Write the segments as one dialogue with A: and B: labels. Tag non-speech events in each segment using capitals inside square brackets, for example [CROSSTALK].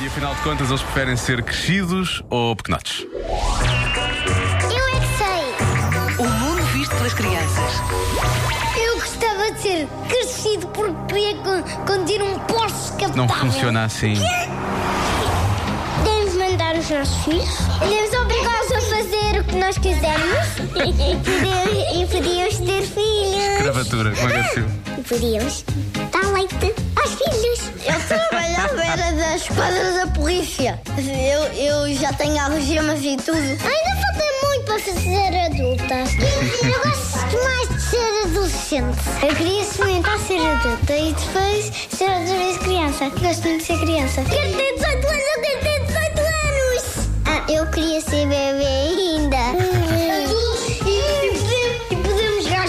A: E afinal de contas, eles preferem ser crescidos ou pequenotes?
B: Eu é que sei.
C: O mundo visto pelas crianças.
B: Eu gostava de ser crescido porque queria con- conduzir um Porsche captável.
A: Não funciona assim.
B: Devemos mandar os nossos filhos. Devemos obrigá-los a fazer o que nós quisermos. [LAUGHS] e, de- e podíamos ter filhos.
A: Gravatura, como é que é possível?
B: E podíamos dar tá leite aos filhos.
D: Eu trabalhava, era da esquadra da polícia. Eu, eu já tenho algemas e tudo.
B: Ainda falta muito para fazer adultas. Eu gosto mais de ser adolescente. Eu queria experimentar ser adulta e depois ser outra vez criança. Gosto muito de ser criança. Quero ter 18 anos, eu quero ter 18 anos. Ah, eu queria ser bebê ainda. Hum. Adultos e podemos jogar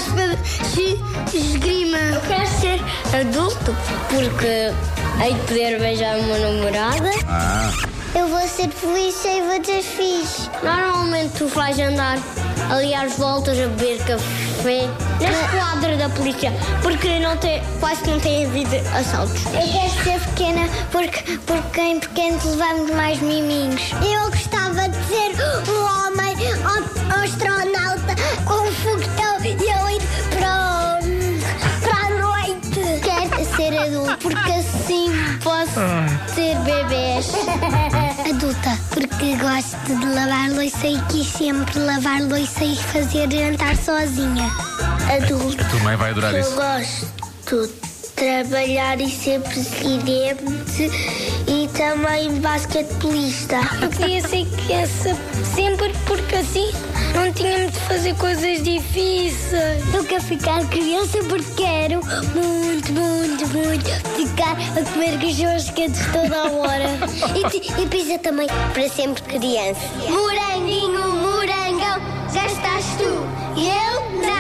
B: esgrima. Eu quero ser adulto porque hei de poder beijar uma namorada. Eu vou ser polícia e vou ter filhos. Normalmente tu vais andar ali às voltas a beber café na esquadra da polícia, porque não tem, quase que não tem havido assaltos. Eu quero ser pequena porque, porque em pequeno levamos mais miminhos. Eu gostava de ser um homem astronauta com um foguetão e eu ir para, para a noite. Quero ser adulto porque assim posso ter bebês. Adulta, porque gosto de lavar louça e quis sempre lavar louça e fazer jantar sozinha. Adulta.
A: A tua mãe vai adorar
B: Eu
A: isso.
B: gosto de trabalhar e ser presidente e também basquetebolista. Eu queria ser criança sempre porque assim não tínhamos de fazer coisas difíceis. Eu quero ficar criança porque quero muito, muito, muito ficar a comer queijos quentes toda a hora. e, ti- e pizza também para sempre criança. Moranguinho, morangão, já estás tu e eu não.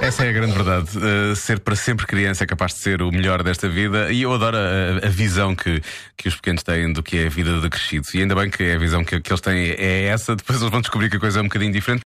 A: Essa é a grande verdade. Uh, ser para sempre criança é capaz de ser o melhor desta vida e eu adoro a, a visão que, que os pequenos têm do que é a vida de crescidos. E ainda bem que a visão que, que eles têm é essa, depois eles vão descobrir que a coisa é um bocadinho diferente.